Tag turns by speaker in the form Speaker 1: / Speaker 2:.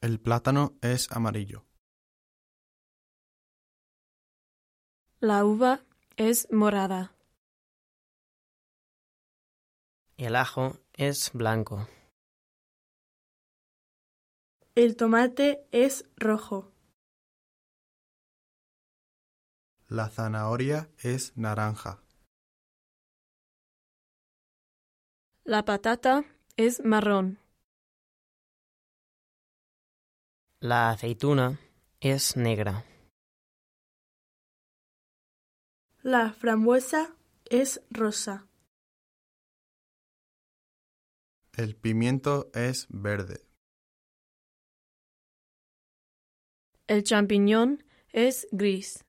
Speaker 1: El plátano es amarillo.
Speaker 2: La uva es morada.
Speaker 3: El ajo es blanco.
Speaker 4: El tomate es rojo.
Speaker 1: La zanahoria es naranja.
Speaker 2: La patata es marrón.
Speaker 3: La aceituna es negra.
Speaker 4: La frambuesa es rosa.
Speaker 1: El pimiento es verde.
Speaker 2: El champiñón es gris.